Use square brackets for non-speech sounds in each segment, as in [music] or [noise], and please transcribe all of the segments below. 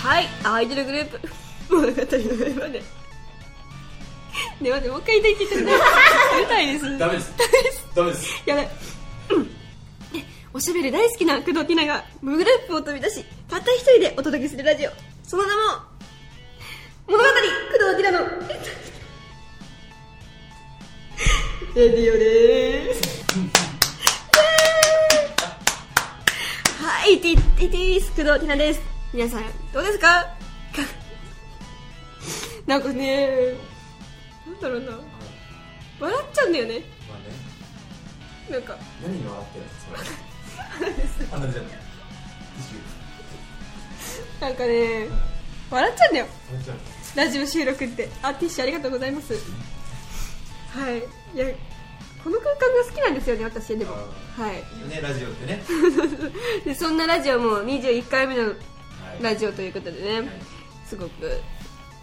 はいアイドルグループ [laughs] 物語のメンバーでね待ってもう一回言いたい聞いてない [laughs] 歌たいですダメですダメですやばい、うんおしゃべり大好きな工藤ティナがグループを飛び出したった一人でお届けするラジオその名も物語工藤ティナのレディオでーすイエーイはいティティティース工藤ティナです皆さんどうですかかなんかねなんだろうな笑っちゃうんだよねまあねなんか何に笑ってるんですかあ、なるじゃないなんかね笑っちゃうんだよティッシュあなるじゃないラジオ収録ってあティッシュありがとうございますはいいやこの空間が好きなんですよね私でもあはいいいよね、ラジオってねでそんなラジオも21回目のはいラジオということでね、すごく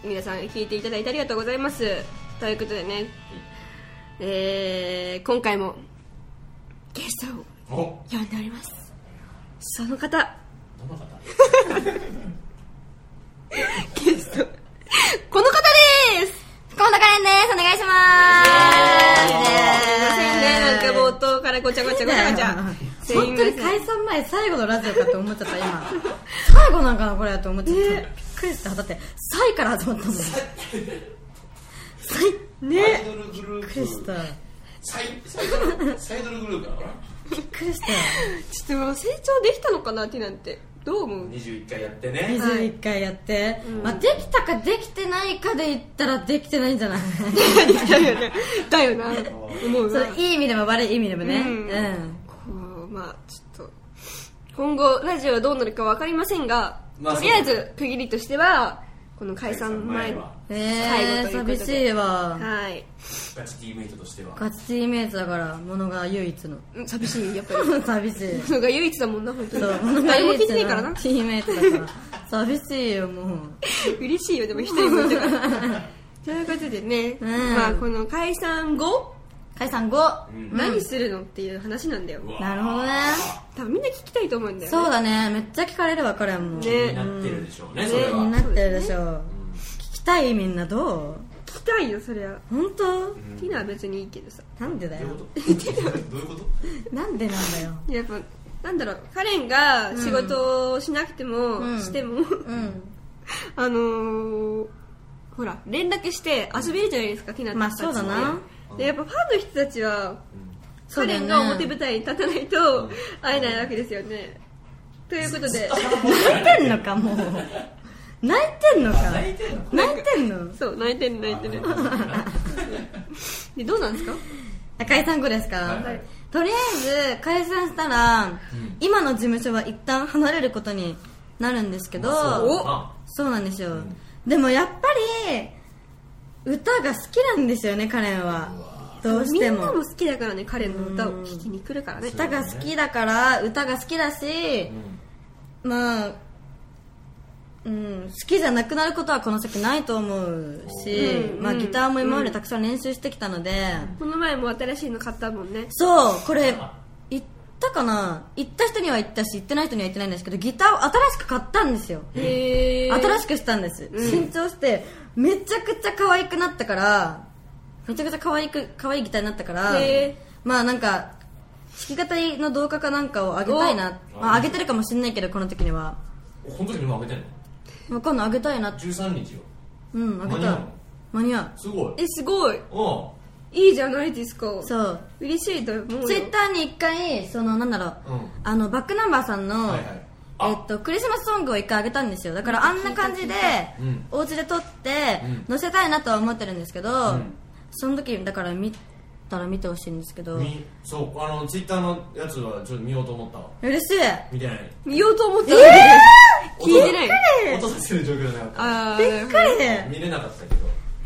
皆さん聞いていただいてありがとうございますということでね、えー今回もゲストをお呼んでおりますその方どの方ゲストこの方です福本カレンですお願いしますすいませんねなんか冒頭からごちゃごちゃごちゃごちゃすいませ本ん当に解散前最後のラジオかって思っちゃった今最後なんかなこれって思っちゃった、ねびっくりしただって「サイ」から始まったもんアイねドルグルびっくりーしプたびっサイサイドルサイドルグループなのかなくりしたちょっともう成長できたのかなティナってどう思う21回やってね21回やって、まあ、できたかできてないかで言ったらできてないんじゃないだよねだよな思うそわういい意味でも悪い意味でもねうんうんこうまあちょっと今後ラジオはどうなるか分かりませんが、まあとりあえず区切りとしてはこの解散前解散前はえ最後ということで寂しいわはいガチティーメイトとしてはガチチームメイトだからものが唯一のうん寂しいやっぱり寂しいのが唯一だもんな本当にそう誰も聞いてないからなチームメイトだから寂しいよもう [laughs] 嬉しいよでも一人もいたから [laughs] ということでね、うんまあこの解散後、解散後、ん何するのっていう話なんだようわなるほどね多分みんな聞きたいと思うんだよねそうだねめっちゃ聞かれるわこれはもう、ね気になってるでしょうね、それ気にはなってるでしょう聞きたいみんなどう聞きたいよそりゃ本当ティナは別にいいけどさなんでだどうよいうことどういうことなんでなんだよやっぱなんだろうカレンが仕事をしなくても、うんして [laughs] も、うんあのーほら連絡して遊べるじゃないですかティナまあたちってそうだなでやっぱファンの人たちはそカうレだよねンが表舞台に立たないと会えないわけですよねということ [laughs] で泣いてんのかもう泣いてんのか泣いてんの泣いてんのそう泣いてる泣いて [laughs] るでどうなんですかあ解散後ですか、はいはいとりあえず解散したら、今の事務所は一旦離れることになるんですけど、まあそうだなそうなんですよ、でもやっぱり歌が好きなんですよねカレンはどうしてみんなもも好きだからねカレンの歌を聴きに来るからね歌が好きだから歌が好きだし、まあうん、好きじゃなくなることはこの先ないと思うし、うんまあ、うんギターも今までたくさん練習してきたので、この前も新しいの買ったもんねそうこれ行ったかな行った人には行ったし行ってない人には行ってないんですけどギターを新しく買ったんですよへえ新しくしたんです、新調してめちゃくちゃ可愛くなったからめちゃくちゃ可愛く可愛いギターになったからへーまあなんか弾き語りの動画かなんかをあげたいなおまあ、あげてるかもしんないけどこの時にはおこの時にもうあげてんのわかんないあげたいな13日ようんあげ間に合たいうの間に合すごいえすごいうんいいじゃないですかうそう嬉しいと思うよツイッターに一回そのなんだろう、うんあのバックナンバーさんはいの、はいあえっと、クリスマスソングを一回あげたんですよだからあんな感じでうんお家で撮ってうん載せたいなとは思ってるんですけど、んその時だから見たら見てほしいんですけどみそうあのツイッターのやつはちょっと見ようと思ったわ嬉しい見てない見ようと思ったら、え [laughs] 聞いてない音させる状況じゃなかっあびっーくたり見れなかった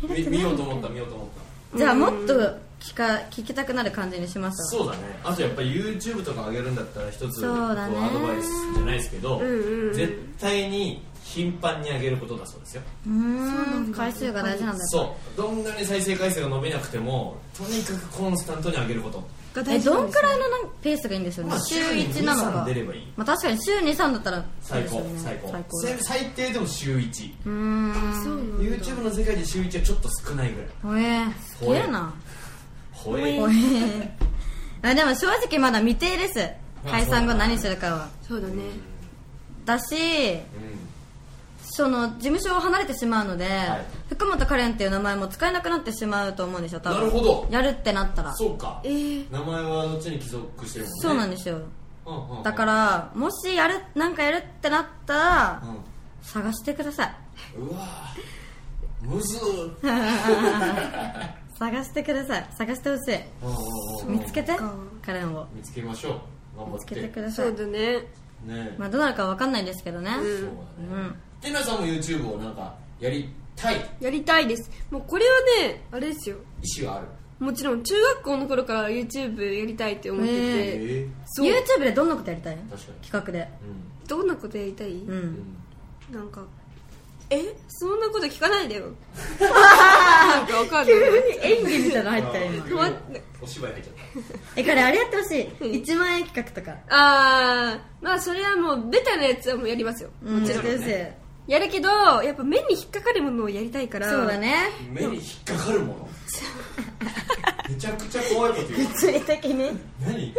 けどみ見ようと思った見ようと思ったじゃあもっと聞か聞きたくなる感じにしますそうだねあとやっぱ YouTube とか上げるんだったら一つこうそうだねアドバイスじゃないですけど、んうんうん絶対に頻繁に上げることだそうですようーん回数が大事なんだそうどんなに再生回数が伸びなくてもとにかくコンスタントに上げることがえ大事どなんでんくすねらいのなんペースがいいんですよね、まあ週週1になの二か三出ればいいまあ、確かに週23だったらそう最です高よね最高最高だせ最低でも週1うーそうなんんだ YouTube の世界で週1はちょっと少ないぐらいほえすげえなほえほえ [laughs] あでも正直まだ未定ですあ解散後何するかはそうだねだしその事務所を離れてしまうので、はい福本カレンっていう名前も使えなくなってしまうと思うんですよ多分なるほどやるってなったうらんそうかえー、名前はどっちに帰属してるもんねそうなんですすよだだからもしやるなんかやるってなったら、う探してくださいんうわーむずー探してください探してほしいうんうんうんうん見つけてかカレンを見つけましょう頑張見っつてけてくださそいうだねねまあどうなるかわかんないですけどねそうだねテナさんも YouTube をなんかやりたいやりたいですもうこれはねあれですよ意思はあるもちろん中学校の頃から YouTube やりたいって思ってて、ええそう YouTube でどんなことやりたい確かに企画でどんなことやりたい、ううんうんんなんかえそんなこと聞かないでよなんかわかんない演技みたいなの入ったよ今今あーお芝居入っちゃっえ彼あれやってほしいん1万円企画とかああまあそれはもうベタなやつはもうやりますようんもちろん、やってほしいやるけどやっぱ目に引っかかるものをやりたいからそうだねた目に引っかかるものめちゃくちゃ怖いこと言う物理的に何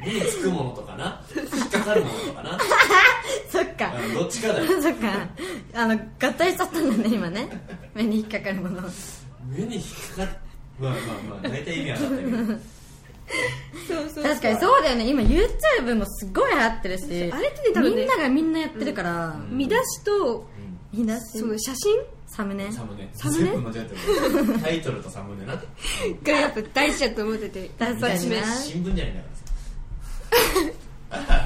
目につくものとかな引っかかるものとかなそっかうんどっちかだよそっかあの合体しちゃったんだね今ね目に引っかかるもの目に引っかかるまあまあまあ大体意味は分かってるけどそうそう確かにそうだよね今 YouTube もすごい流行ってるしあれってね多分ねみんながみんなやってるから、見出しとみんなそそのの写真サムネサムネサムネ全部間違ってるタイトルとサムネながやっぱ大事だと思ってて確かにね新聞じゃないんだか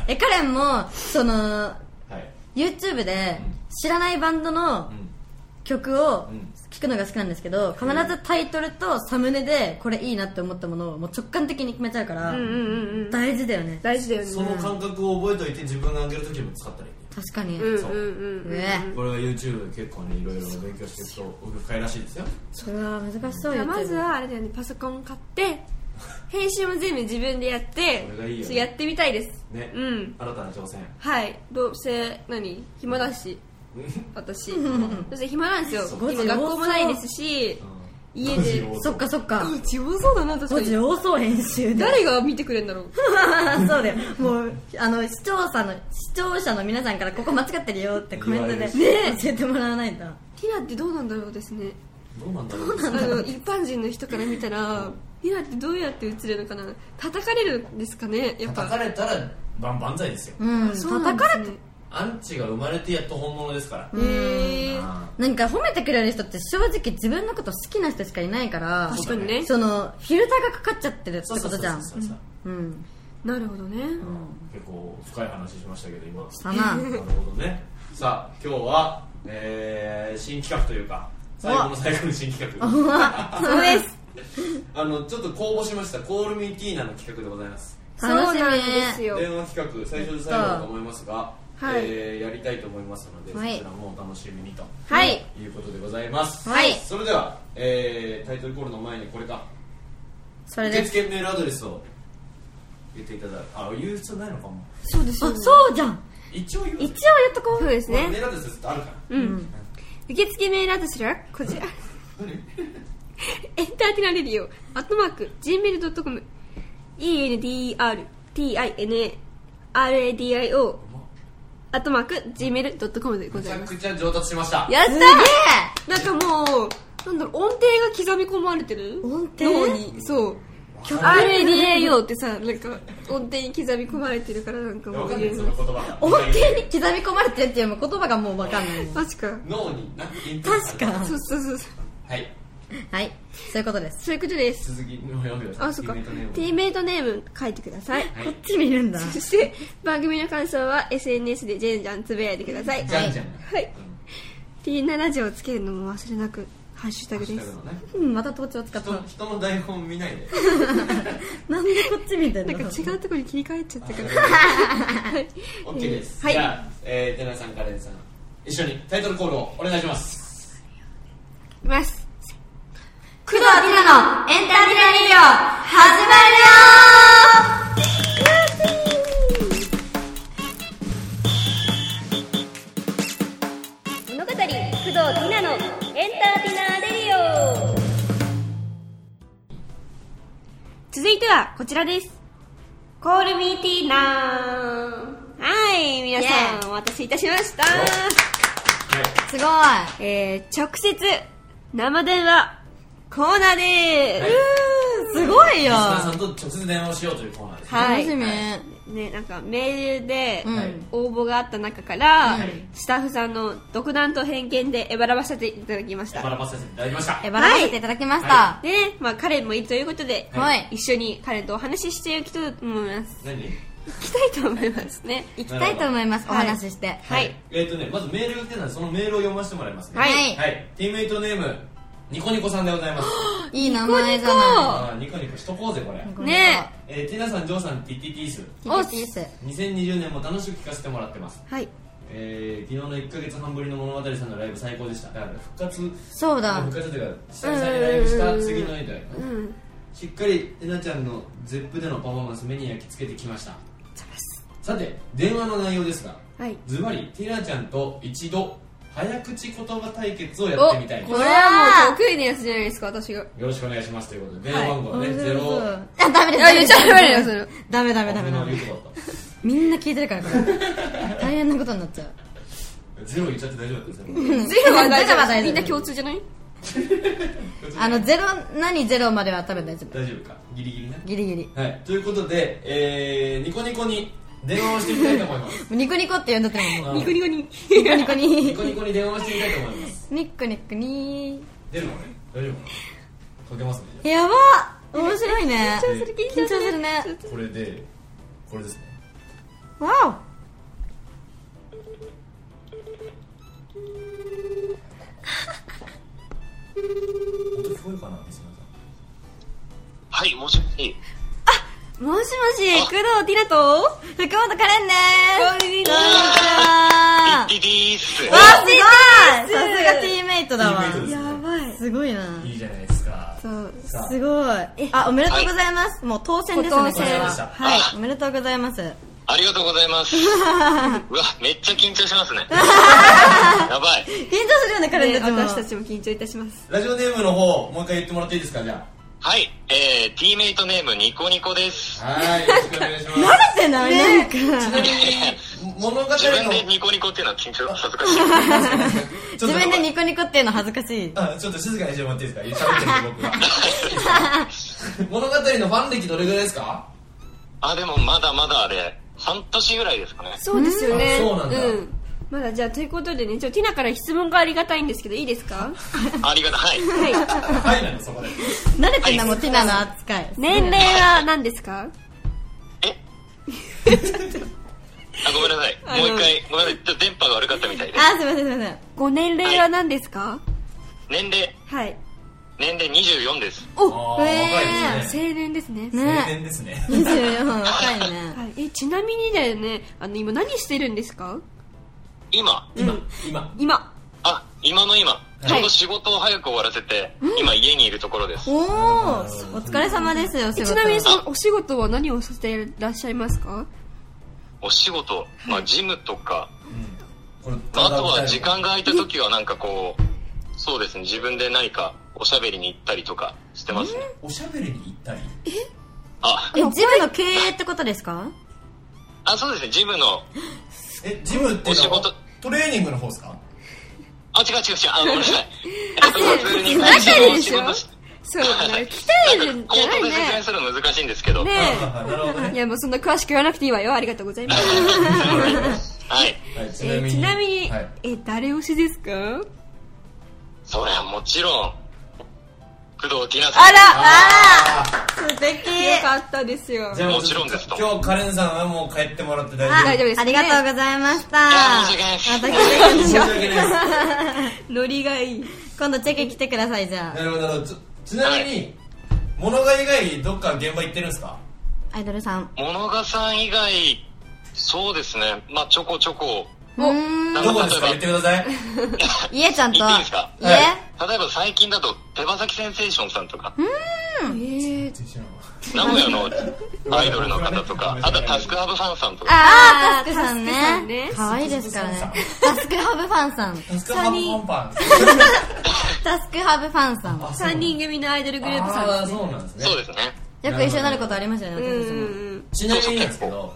えカレンもそのらさはい YouTube でうん知らないバンドのう曲をうん聴くのが好きなんですけど必ずタイトルとサムネでこれいいなって思ったものをもう直感的に決めちゃうからうんうんうんうん大事だよね大事だよんねその感覚を覚えておいて自分が上げる時も使ったらいいね確かに、うんうんそううんうんねこれは YouTube で結構ねいろいろ勉強していくと奥深いらしいですよそれは難しそうじゃあよまずはあれだよねパソコン買って編集も全部自分でやってそれがいいよねそうやってみたいですね、うん新たな挑戦はいどうせ何暇だし私そして暇なんですよご自今学由校もないですし家でそっかそっかあ上手だな確か文字に多そう編集で誰が見てくれるんだろう [laughs] そうだよもうあの視聴者の視聴者の皆さんからここ間違ってるよってコメントで、言われるし教えてもらわないとティナってどうなんだろうですねどうなんだろうあの一般人の人から見たらティナってどうやって映れるのかな叩かれるんですかねやっ叩ぱかれたら万々歳ですようんそうなん叩でかすれてねアンチが生まれてやっと本物ですから、へーあなんか褒めてくれる人って正直自分のこと好きな人しかいないから確かにねそのフィルターがかかっちゃってるっーてそうこそうそとうじそゃうんそうそううんなるほどね結構深い話しましたけど今かななるほどねさあ今日は、えー新企画というか最後の最後の新企画 [laughs] そうですあのちょっと公募しました「コールミーティーナ」の企画でございますそう楽しみなんですよ電話企画最初で最後だと思いますが、はいえーやりたいと思いますので、はいそちらもお楽しみにとはいいうことでございます、はいそれでは、えータイトルコールの前にこれかそれ受です付メールアドレスを言っていただくあ言う必要ないのかもそうですよあそうじゃん一応言う一応言っとこうそうですまあメねールアドレスずっとあるからうん受付メールアドレスはこちら何エンターティナレディオアットマーク Gmail.com ENDRTINARADIO アットマーク Gmail.com でごめざちいゃますくちゃ上達しましたやったすーげなんかもうなんだろう音程が刻み込まれてる音程脳にそう曲 RADAO ってさなんか音程に刻み込まれてるからなんかもわうかんないその言葉え音程に刻み込まれてるっていう言葉がもうわかんない確か脳に何て言確かそうそうそうそうはいはいそういうことですそういうことです続きの読んでくださいあそっかイベントネームティーメイトネーム書いてくださいはいこっちにいるんだそして番組の感想は SNS でじゃんじゃんつぶやいてくださいじゃんじゃんはいティーナラジオをつけるのも忘れなくハッシュタうんグハッシュでタグすのね [laughs] うんまた盗聴使った人の人の台本見ないでなんでこっち見てんなのんか違うところに切り替えちゃったからオッケーです、はいじゃあ、えー、テナさんカレンさん一緒にタイトルコールをお願いしますいます工藤美奈のエンターテイナーリオ始物語工藤ティナのエンターティナーレディオ続いてはこちらですコールミーティーナーはい皆イェさイんお待たせいたしましたまるよーすえー、直接生電話コーナーではいごいすごいリスよナーさんと直接電話をしようというコーナーですねは楽いしみすねなんかメールでうん応募があった中から、うんスタッフさんの独断と偏見で選ばせていただきましバたラバラさせていただきました選ばせていただきましたはで、ねまあ、彼もいるということで、はい一緒に彼とお話ししていきたいと思います何行きたいと思いますね行きたいと思いますおはい話ししてはいえっ、とねまずメールってのはそのメールを読ませてもらいますねはいはい、ティームメイトネームニコニコさんでございますいい名前じゃなあーニコニコしとこうぜこれいコねえー、ティナさんジョーさんティッティティースおっす2020年も楽しく聞かせてもらってますはいえー、昨日の1ヶ月半ぶりの物語さんのライブ最高でしただから復活そうだ復活というか久々にライブした次の日だようんしっかりえなちゃんのゼップでのパフォーマンス目に焼き付けてきましたさて電話の内容ですがはいズバリティナちゃんと一度早口言葉対決をやってみたいですこれはもう得意なやつじゃないですか私がよろしくお願いしますということで電話番号はね、ゼロあダメですいや言っちゃダメだよそれダメダメあダメ今ダ言うとメこだったみんな聞いてるからこれ大変なことになっちゃうゼロ言っちゃって大丈夫だったゼロ全 [laughs] 部は大丈夫みんな共通じゃないあのゼロ何ゼロまでは多分大丈夫大丈夫かギリギリねギリギリもはいということで、えー、ニコニコに電話をしてみたいと思いますうニ [laughs] コニコって呼んだってもあのうニコニコにニコニコニにコニコに電話をしてみたいと思いますニッコニッコに出るのね大丈夫かなかけますねやば面白いね緊張する緊張す緊張るするねちょっこれでこれですねわ本当聞こえるかなリスナーさんはい、もしもし。ともしもし工藤ティラとお福本カレンでこんすにちこんにはちはリリース。わあすごいナイスさすがティーメイトだわティーメイトですやばいすごいないいじゃないですかそうさあすごいあおめでとうございますもう当選ですごね当こ選れはでしたはいおめでとうございますありがとうございます。うわ、めっちゃ緊張しますね。やばい。緊張するよねカレンねたちも私たちも緊張いたしますラジオネームの方もう一回言ってもらっていいですかじゃはい、えー、ティーメイトネームニコニコです。あはいよろしくお願いしま慣れてないなんかすちなみに物語の自分でニコニコっていうのは緊張、恥ずかしい。ちょ自っと分でニコニコっていうの恥ずかしいあちょっと静かにしてもらっていいですか喋ってるんで僕が [laughs] 物語のファン歴どれぐらいですかあ、でもまだまだで、半年ぐらいですかね。そうですよねあそうなんだまだじゃあということでねちょっとティナから質問がありがたいんですけどいいですかありがとう。はい。はいはいなのそこで慣れてんだもうティナの扱い年齢は何ですかえあ、ごめんなさい。もう一回、ごめんなさい。ちょっと電波が悪かったみたいで。あすいませんすいませんご年齢は何ですか年齢、はい年齢24です。おあーえー若いですね青年ですねね青年ですね24若いねはい、えちなみにだよねあの今何してるんですか今、今今今あ、今の今、いちょうど仕事を早く終わらせて、今家にいるところです。おおお疲れ様ですよ仕え事ちなみにそのお仕事は何をさせていらっしゃいますかお仕事、まあジムとか、これまあ、あとは時間が空いた時はなんかこう、そうですね、自分で何かおしゃべりに行ったりとかしてますね。おしゃべりに行ったりあ、えジムの経営ってことですかあ、そうですね、ジムの、えジムっていうのお仕事はトレーニングの方ですかあ、違う違う違う、あ、ごめんなさい。えっと普通あにそう会社のですよお仕事しそうだね鍛えるん口じゃな頭いで説明するの難しいんですけど、ねねあなるほどえいねやもうそんな詳しく言わなくていいわよありがとうございます、はい。はいちえーちなみに、はいえ誰推しですかそりゃもちろん、工藤ティナさん。あらあー素敵よかったですよじゃあもちろんですと今日カレンさんはもう帰ってもらって大大丈丈夫ですありがとうございましたいや申し訳ない夫私申し訳ない [laughs] ですノリがいい今度チェキ来てくださいじゃなるほどなるほどちちなみはに物が以外どっか現場行ってるんですかあアイドルさん物賀さん以外、そうですね、まあちょこちょこ、うーんあどこですか言ってください家ちゃんと言っていいですか家はい例えば最近だと手羽先センセーションさんとかええ全然知らんわ名古屋のアイドルの方とかあとはタスクハブファンさんとかあー、タスクさんタスクさんねね。可愛いですからタスねク。タスクハブファンさん。タスクハブパンパンタスクハブファンさん。 3人組のアイドルグループさんあーそうなんですねそうですねよく一緒になることありましたようね、私たちも。んちなみになんですけど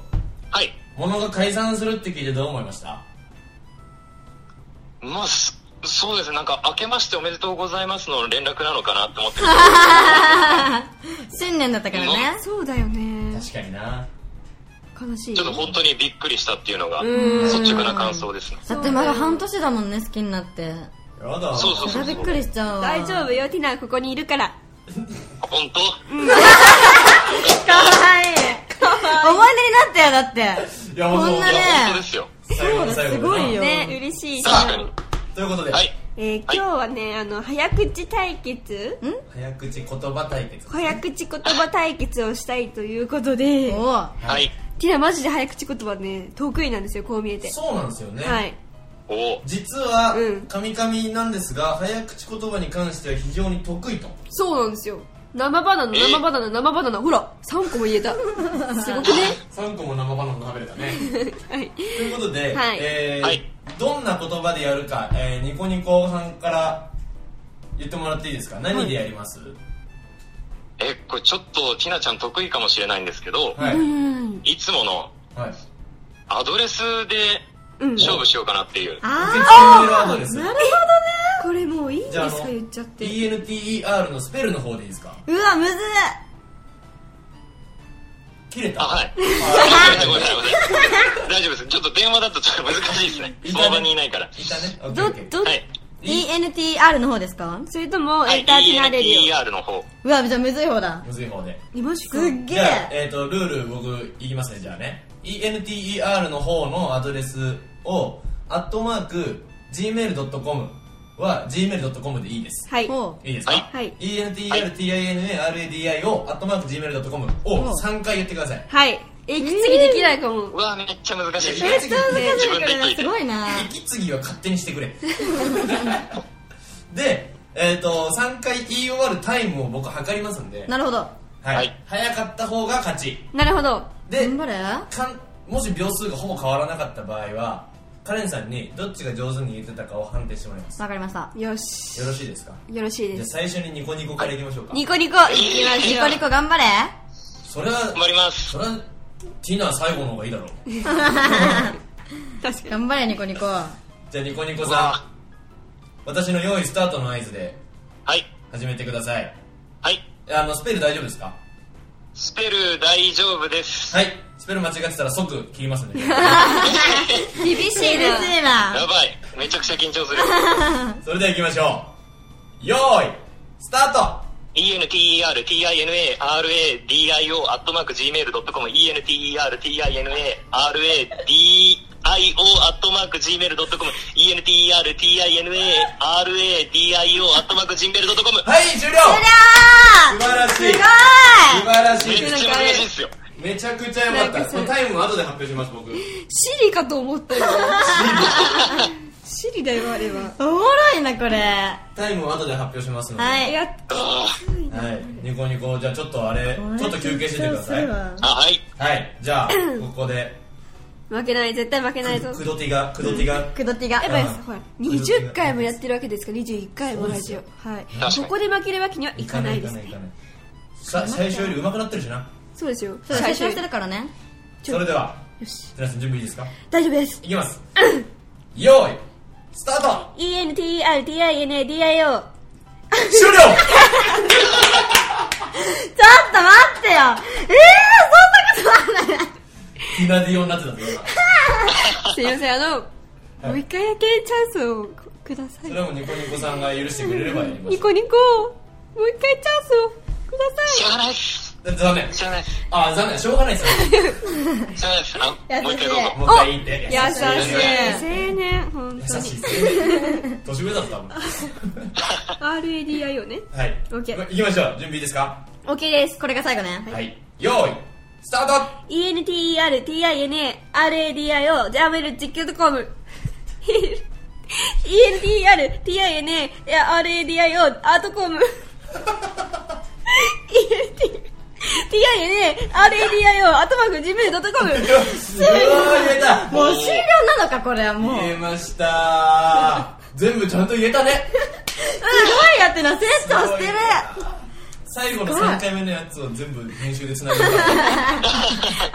はい物が解散するって聞いてどう思いましたまあすそうですねなんか「明けましておめでとうございます」の連絡なのかなって思って新年だったからね。そうだよね確かにな悲しいちょっと本当にびっくりしたっていうのがん率直な感想ですねだってまだ半年だもんね、好きになって。やだそうそうそれびっくりしちゃうわ。大丈夫よティナはここにいるから本当かわいい。思い出になったよ、だって。いや本当こんなねいや本当ですよ最後の最後だなそうだすごいよね嬉しいし確かにということで、はいえー今日はねあの早口対決早口言葉対決早口言葉対決をしたいということでおぉ。はいティナマジで早口言葉ね得意なんですよこう見えてそうなんですよね、はいおお実はうんカミカミなんですが早口言葉に関しては非常に得意とそうなんですよ生バナナえ生バナナ生バナナほら3個も言えたすごくね3個も生バナナ食べれたねはいということで、はいえーはいどんな言葉でやるか、えーニコニコさんから言ってもらっていいですか何でやりますえこれちょっとひなちゃん得意かもしれないんですけど、はい、うんい、つものはいアドレスでうん勝負しようかなっていう、受あ付メールアドレスこれもういいんですじゃああかの言っちゃって ENTER のスペルの方でいいですかー。うわ、むずい。切れたあはいごめんなさいごめんなさい大丈夫ですちょっと電話だとちょっと難しいですねいそたねの場にいないからいたねオッケーどオどッケーはい ENTR の方ですかそれともはエいンターテイナーレディ ER の方うわ、じゃあむずい方だ。むずい方でオマジかすっげじゃあ、え。えっ、と、ルール僕、言いきますね、じゃあね。ENTER の方のアドレスを、アットマーク、gmail.com は gmail.com でいいです。はいおいいですかはいはい ?ENTERTINARADI を、アットマーク gmail.com おを3回言ってください。はい息継ぎできないかもうわめっちゃ難しいですねめっちゃ難しい自分で言っといてすごいな。息継ぎは勝手にしてく [laughs] れ。で、えっ、と、3回言い終わるタイムを僕測りますんで、なるほど。はい。はい早かった方が勝ち。なるほどで、頑張れ。かんもし秒数がほぼ変わらなかった場合はカレンさんにどっちが上手に言ってたかを判定してもらいますわかりました。よしよろしいですかよろしいじゃであす最初にニコニコからいきましょうかニコニコいきましニょコうニコ頑張れ。それ頑張はりますそれはティナは最後の方がいいだろう確かに頑張れ、ニコニコ。じゃあニコニコうさわん私の用意スタートの合図ではい始めてくださいはいあのスペル大丈夫ですかスペル大丈夫ですはいスペル間違ってたら即切りますん [laughs] で厳しいで嬉すしいな。やばいめちゃくちゃ緊張するそれでは行きましょう用意スタート ENTERTINARADIO アットマーク Gmail.com ENTERTINARADIO アットマーク Gmail.com ENTERTINARADIO アットマーク Gmail.com はい終了あ素晴らしいー素晴らしめいっちゃ難しいっすよめちゃくちゃ良かなんっかたさこれタイム後で発表します僕シリかと思ったよシリだよあれはすごいおもろいな、これ。タイムは後で発表しますので、は、はいい。やっあーニコニコじゃあちょっとあれちょっと休憩しててくださいはあはいはいじゃあここで負けない絶対負けないぞくどてがくどてがくどティが。やっぱりうんほら20回もやってるわけですから21回もラジオそはいかにここで負けるわけにはいかないですいねかないさ最初より上手くなってるしなそうですよそう、最初最やっ初てるからね。それではよし皆さん準備いいですか大丈夫ですいきます用意スタート ENTRTINADIO 終了ちょっと待ってよえー、そんなことなんないティナディオになってたんだ [laughs] 今すいませんあのいもう一回だけチャンスをくださそいれはもうニコニコさんが許してくれればやりまニしコニコもう一回チャンスをくださいしょうがないっすた残念しょうがないっすあ残念しょうがないですよねしょうがないっすあもう一回どうぞもう一回言って優しいし青年本優当しいにですね [laughs] 年上だったもん RADI をねはい OK 行きましょう準備いいですか OK です。これが最後ね。はい用意スタート ENTERTINARADIO ジャーメル実況 .com ヒル ENTR-TINA-RADIO アートコム ENTR-TINA-RADIO アートマーク Gmail.com [laughs] すごい言えたもう終了なのかこれはもう言えました全部ちゃんと言えたねすごいやってなセッションしてる最後の3回目のやつを全部編集でつなげた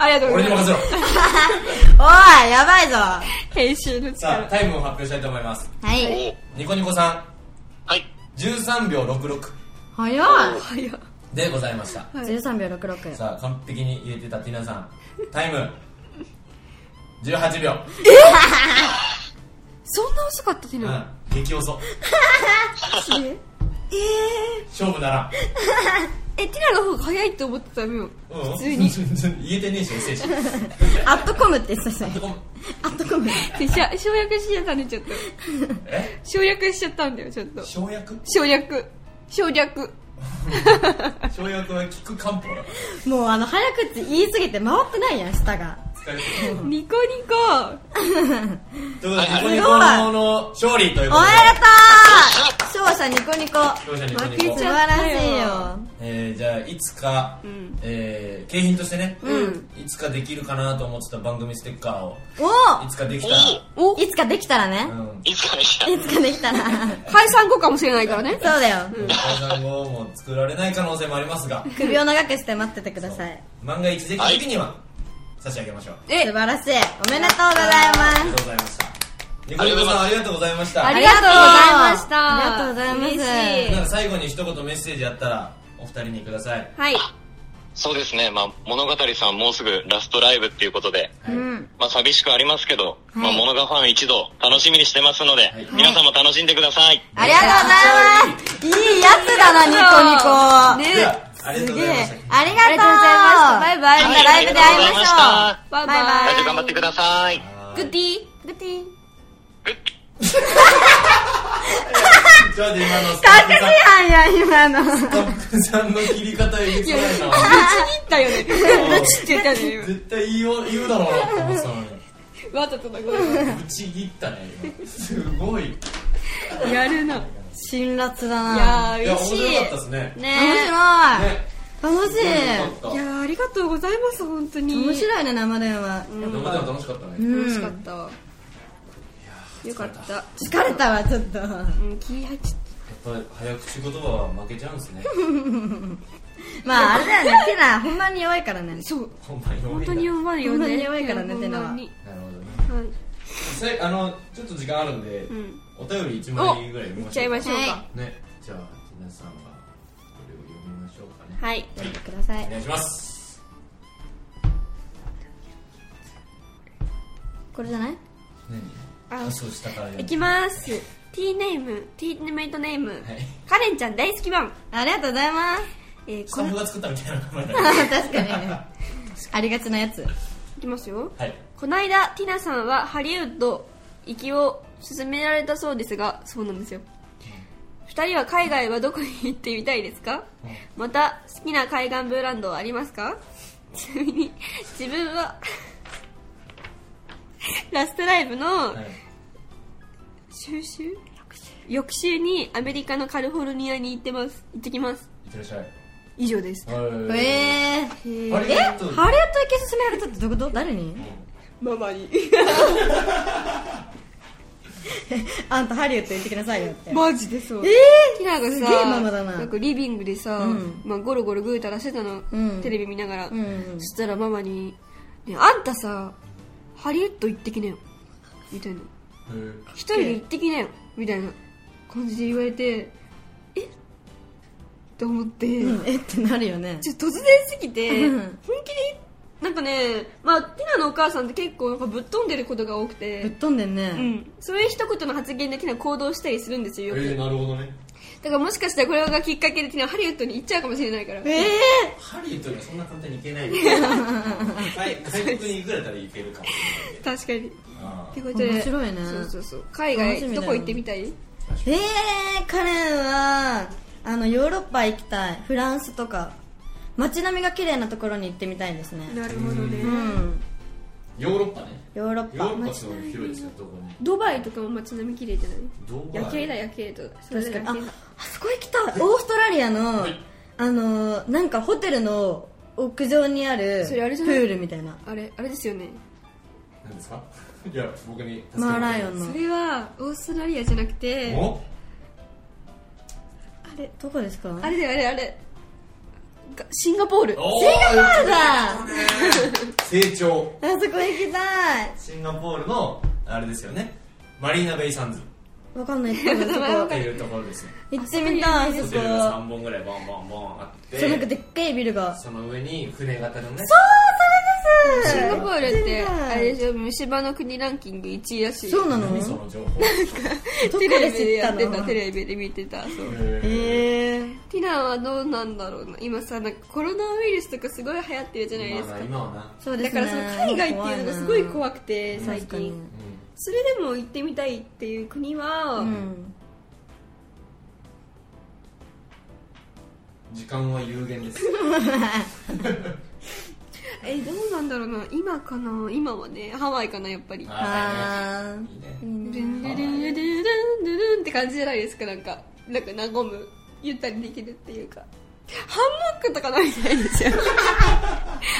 [laughs] ありがとうご俺ざにいま任すせろおいやばいぞは編集のさ力あタイムを発表したいと思いますいおニコニコさはいん13秒66早い早っでございましたはい13秒66さあ完璧に言えてたティナさんタイム18秒そんな遅かったってうのん激遅すげええ勝負ならんー、えティラの方が早いって思ってたようん普通に [laughs] 言えてねえしうっせえしアットコムって言ってたじゃんごめんアットコムでしゃ省略しちゃったねちょっとえ省略しちゃったんだよちょっと省略省略省略省略は聞く漢方だからもうあの早くって言いすぎて回ってないやん下が疲れてる [laughs] ニコニコということでニコニコのの勝利というおこめとででとう勝者ニコニコ勝者ニコニ負けコ素ちゃ晴らしいよえー、じゃあいつか、んえー景品としてね、うんいつかできるかなと思ってた番組ステッカーをいつかできたら、おおいつかできたらねうん、いつかでしたいつかできたら解散後かもしれないからねそうだよ解散後も作られない可能性もありますが首を長くして待っててください万が一できた時には差し上げましょう、え素晴らしいおめでとうございまありがとすうございましたニコニコさんありがとうございましたありがとうございましたありがとうございます嬉しなんか最後に一言メッセージあったらお二人にくださいはいそうですね、まあ、物語さんもうすぐラストライブっていうことで、うんまあ、寂しくありますけど、まあ、物がファン一同楽しみにしてますので、い皆さんも楽しんでください。ありがとうございますいいやつだなニコニコねではありがとすうげございまえしありがとうたありございましたがバとうイバイバイまたライブで会いましょうはいバイバライブ頑張ってください。はグーッいディーグッディーちょっと今のスタッ確フさん認や今のスタッフさんの切り方えげつないぶち切ったよねぶちって言ったなね絶対言おう言うだろうなって思ってたのに今わざとだごめぶち切ったね今すごいいんやるない辛辣だなやーや面嬉し白かったですいねねね面え白い楽し面い白いかっやーありがとうございます本当に面白いね生電話た生でも楽しかったね楽しかったわよかった疲れたわちょっとうん気入っちゃっやっぱり早口言葉は負けちゃうんですねまああれだよねテナほんまに弱いからねたそうほんまに本弱い当なに弱いよね本当に弱いからねほんまにてなはなるほどはねいさいあのちょっと時間あるんで、んお便り1お枚ぐらい読行みっまちしゃいょうまかしょうはかねじゃあ皆さんがこれを読みましょうかねはいやってくださいお願いしますこれじゃない何ああそう下から読いんきでますティーネームティーメイトネームはいカレンちゃん大好き版ありがとうございます [laughs] えースこタッれフが作ったみたいな名前だね確かにねありがちなやついきますよはいこないだティナさんはハリウッド行きを勧められたそうですがそうなんですよ2人は海外はどこに行ってみたいですかまた好きな海岸ブランドはありますかちなみに自分はラストライブのはい収集翌週にアメリカのカリフォルニアに行ってます行ってきますいってらっしゃい以上ですはえいーえハハリリウウッッドド行き進められたってどういうこと誰にママにあんたハリウッド行ってきなさいよってマジでそうえティナがさすげえママだなんかリビングでさ、うんまあ、ゴロゴロぐーたらしてたの、うんテレビ見ながら、ーうんそしたらママに、ね「あんたさハリウッド行ってきなよ」みたいなうん「一人で行ってきなよ」みたいな感じで言われてえっと思って、うんえってなるよねちょっと突然すぎてうん本気でなんかね、まあ、ティナのお母さんって結構なんかぶっ飛んでることが多く、ぶって飛んでんねうん、そういう一言の発言でティナ行動したりするんですえよよくー、なるほどねだからもしかしたらこれがきっかけでティナハリウッドに行っちゃうかもしれないからえハリウッドにはそんな簡単に行けない [laughs] はい外国に行くらいだったら行けるかもしれない確かにあってーことで面白いねそうそうそう海楽し外みだよどこ行ってみたい確かえにー、カレンはあのヨーロッパ行きたいフランスとか街並みが綺麗なところに行ってみたいですねなるほどねうんヨーロッパねヨーロヨーロッッパパすごい広いですよどこにドバイとかも街並み綺麗じゃないどう夜景だ夜景とそれ確かだにけああそこへ来たオーストラリアの、はいあのーなんかホテルの屋上にあるプそれあれじゃないールみたいなあれあれですよね何ですかいや僕に助けてマーライオンのそれはオーストラリアじゃなくておあれどこですかあれだよあれあれがシンガポールおあだあ成長そこ行きたいシンガポールのあれですよねマリーナベイサンズわかんない多分そこっていうところですね行ってみたいホそこテルが3本ぐらいボンボンボンあってそうなんかでっかいビルがその上に船型のねシンガポールってあれでしょ虫歯の国ランキング1位らしいそうなの何そどこの情報テレビでで知っやたってたのテレビで見てたそうえー、ティランはどうなんだろうな今さなんかコロナウイルスとかすごい流行ってるじゃないですまかあ今はなそうでだすかねらその海外っていうのがすごい怖くくて最近うそれでも行ってみたいっていう国はうんん時間は有限ですえどうなんだろうな今かな今はねハワイかなやっぱりあいいねーいいドゥねンドゥルンドゥルンドゥルンドゥルンって感じじゃないですかなんかなんか和むゆったりできるっていうかハンモックとかないじゃないです [laughs] よ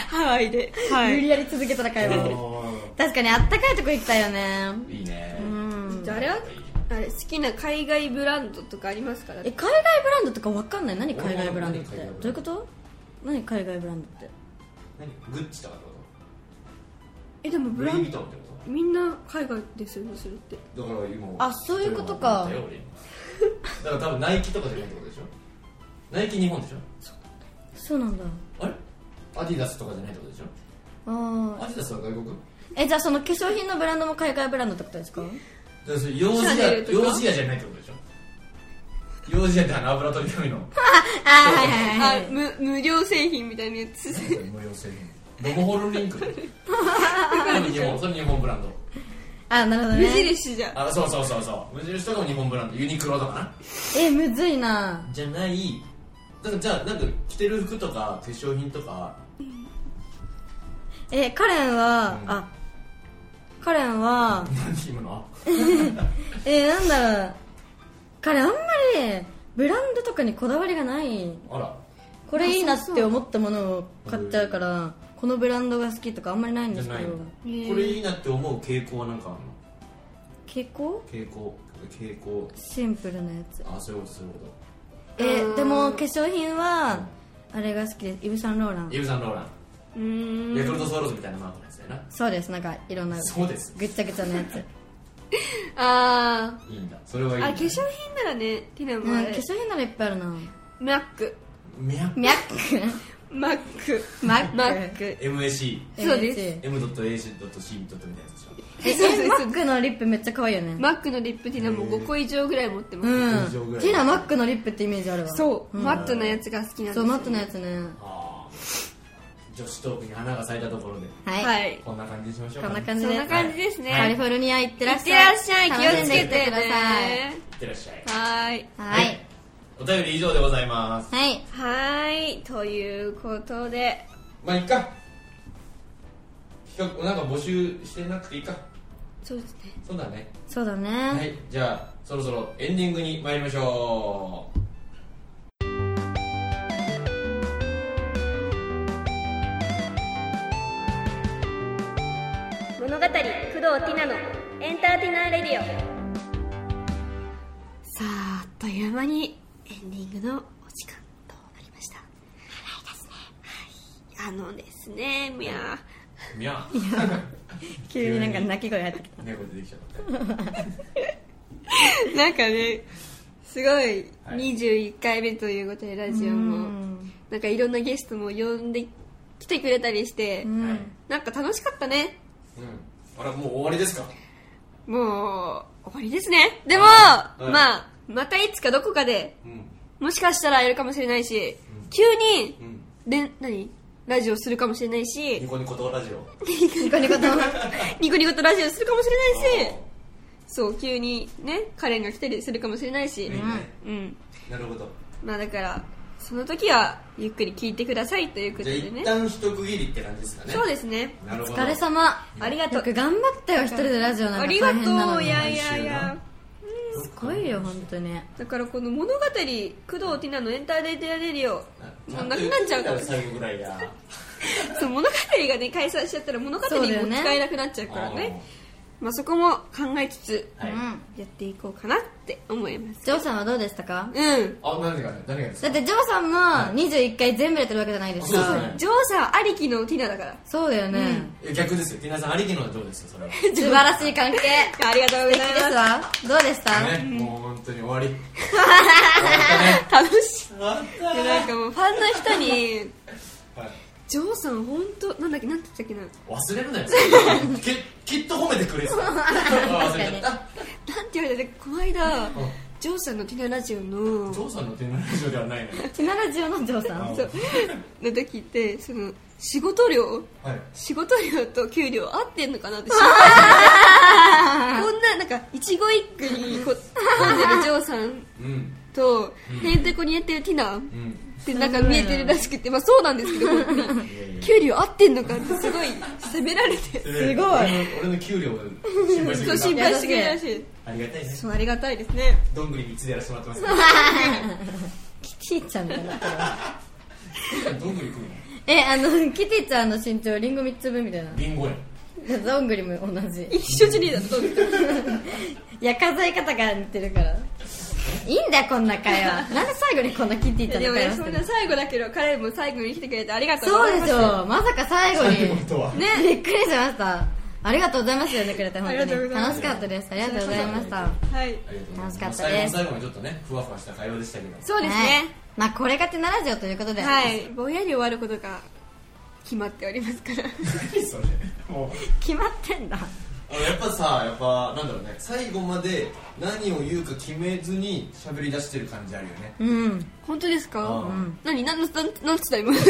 ハワイでは無理いやり続けたら会話お確かにあったかいとこ行きたいよねーいいねうんじゃああれはあれ好きな海外ブランドとかありますかだっえて海外ブランドとかわかんない何海外ブランドって俺も何海外ブランどドういうこと何海外ブランドって何グッチとかってこえでもとブルイ・ラヴンィドトンってこみんな海外ですよねそれってとだから今あそういうことかだよ俺だから多分ナイキとかじゃないってことでしょナイキ日本でしょそうなんだあれアディダスとかじゃないってことでしょああアディダスは外国えじゃあその化粧品のブランドも海外ブランドってことですかだからそれ幼児シャネル屋とか幼児屋じゃないってことでしょ幼児屋ってあの油取り紙のあはいはいはあい無無料製品みたいなやつそれ無料製品ロゴホルリンクそれ日本それ日本ブランドあなるほど無ね印じゃんあそうそうそうそう無印とかも日本ブランドユニクロとかなえむずいなじゃないなんかじゃあなんか着てる服とか化粧品とかえカレンはうんあカレンは何今のえなんだろうカレンあんまりブランドとかにこだわりがないあらこれいいなって思ったものを買っちゃうからこのブランドが好きとかあんまりないんじでゃすけないどのーこれいいなって思う傾向は何かあ傾向るの傾向傾向シンプルなやつあそういうことそういうこえうんでも化粧品はあれが好きですイブ・サンローランとイブ・サンローランうーんヤクルトスワローズみたいなマークのやつだよなそうですなんかいろんなそうですぐっちゃぐちゃなやつ、あーいいんだそれはいいんあだ化粧品ならねティナもうあん、化れ粧品ならいっぱいあるなマックミャミャッマックマックマック MAC クそうです MSC M.AC.C. みたいなやつでしょえそうそうえマックのリップめっちゃ可愛いよねマックのリップティナも5個以上ぐらい持ってまうす、以上ぐんらいティナマックのリップってイメージあるわそう、んマットなやつが好きなんですそようマットのやつねあー女子トークに花が咲いたところではい、はいこんな感じにしましょうこかんなね感じそんでな感じですね、カいリフォルニア行ってらっってしゃらいっしゃい気楽しをんつでけいってくださいねいってらっしゃいはいはいお便り以上でございますはいはいということでまあいっか企画なんか募集してなくていいかそうですねそうだねそうだね、はいじゃあそろそろエンディングに参りましょう物語工藤ティナのエンターテイナーレディオさああっという間にエンディングのお時間となりました早いですねはいあのですねむやーみゃ [laughs] 急になんか泣き声入ってきー猫出てきちゃったなんかねすごいはい21回目ということでラたジオもなんかいろんなゲストも呼んで来てくれたりしてうんはいなんか楽しかったねうんあらもう終わりですかもう終わりですねでも、はいはいまあまたいつかどこかでうんもしかしたらやるかもしれないし、うん急にうんで何ラジオするかもしれないニ [laughs] しコニコとラジオニコニコとニコニコとラジオするかもしれないしそう急にねカレンが来たりするかもしれないしいいねうんなるほどまあだからその時はゆっくり聞いてくださいということじゃあで一ね旦一区切りって感じですかねそうですねなるほおど疲れ様ありがとようく頑張ったよ一人でラジオなんかあ大りが変なとのういにやいやいやすごいよ本当にだからこの物語工藤ティナのエンターテイナーレディオもうなくなっちゃうから最後ぐらいが [laughs] そう物語がね解散しちゃったら物語そうだよもね使えなくなっちゃうからねまあ、そこも考えつつあーはいうんやっていこうかなって思いますジョーさんはどうでしたかうんあ何でかね誰がですだかってジョーさんも21回全部やってるわけじゃないですそうですかねジョーさんありきのティナだからそうだよねいや逆ですよティナさんありきのはどうですよそれは素晴らしい関係ありがとうご素敵ざいでますわどうでした [laughs] ねもう本当に終わりす楽し終わっいでなんかもうファンの人にたはい「ジョーさん本当なんだっけなんて言ったっけな忘れ [laughs] るなよききっと褒めてくれるさ忘れちゃったなんて言われてこの間うんジョーさんのティナラジオおの嬢さんのテーマラジオではないのよティナラジオのジョーさんそうの時ってその仕事量はい仕事量と給料合ってんのかなって心配こんななんか一期一会にこ飛んでるジョーさんうんとヘンテコにやってるティナっうんてなんか見えてるらしくてまあそうなんですけど本当に給料合ってんのかってすごい責められてすごい俺の給料を心配して [laughs] そうく心れ配してくれるらしいたありがたいねそうありがたいですねどんぐり3つでやらせてもらってますキティちゃんみたいになってるけどどんぐり食うのえあのキティちゃんの身長リンゴ3つ分みたいなリンゴやんどんぐりも同じ一緒じゃねえだろどう見てもいや数え方が似てるからいいんだよこんな会話なんで最後にこんなキティちゃんでのも会ね話しそてんるな最後だけど彼も最後に来てくれてありがとうござそいうまですしょうまさか最後に最後のことはねびっくりしましたありがとうございます呼んでくれて本ありがと当うにございま楽すしかったですありがとうございましたはいありがとうございます楽しかったです最後の最後までちょっとねふわふわした会話でしたけどそうですはいねまあこれがテナラジオということではいぼんやり終わることが決まっておりますから何それも決まってんだうあのやっぱさやっぱなんだろうね最後まで何を言うか決めずに喋り出してる感じあるよねうん本当ですか、、うん何何何何つった [laughs] 今分か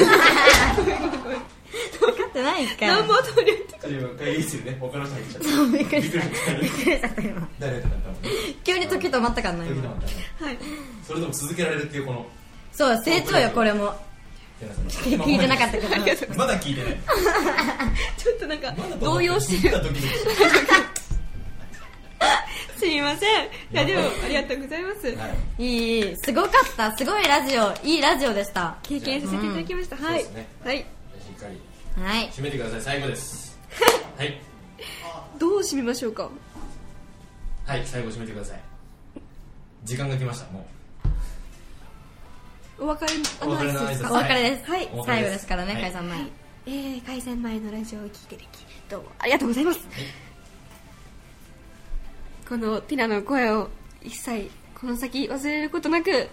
ってないか [laughs] 何も取り合ってちょっと今一回いいですよね他の人が来ちゃっそうびっくりびっしくりたしたびっくりしちゃった今た誰ってなったの急に時止まったからな時止今まったねはいそれでも続けられるっていうこのそう成長よこれも聞聞いてなかったけどまだ聞いてない [laughs] ちょっとなん [laughs] かまだ動揺してるまだドキドキしてるすみませんいやでもありがとうございます、はいいいいいすごかったすごいラジオいいラジオでした経験させていただきました、はい、そうですねはいしっかりはい締めてください最後ですはいどう締めましょうかはい最後締めてください時間が来ましたもお別れうの挨拶ですおかお別れです、はいお別最れ後ですからね、はい解散前えー、開戦前のラジオを聞いていただきどうもありがとうございます、このティナの声を一切この先忘れることなく突き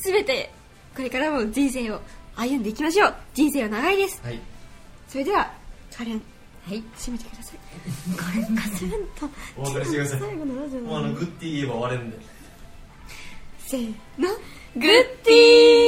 詰めてこれからも人生を歩んでいきましょう人生は長いですはいそれではカレンはい締めてくださいカレンカレンとお別れしてください最後のラジオもうあのグッティ言えば終われるんでせーのグッディー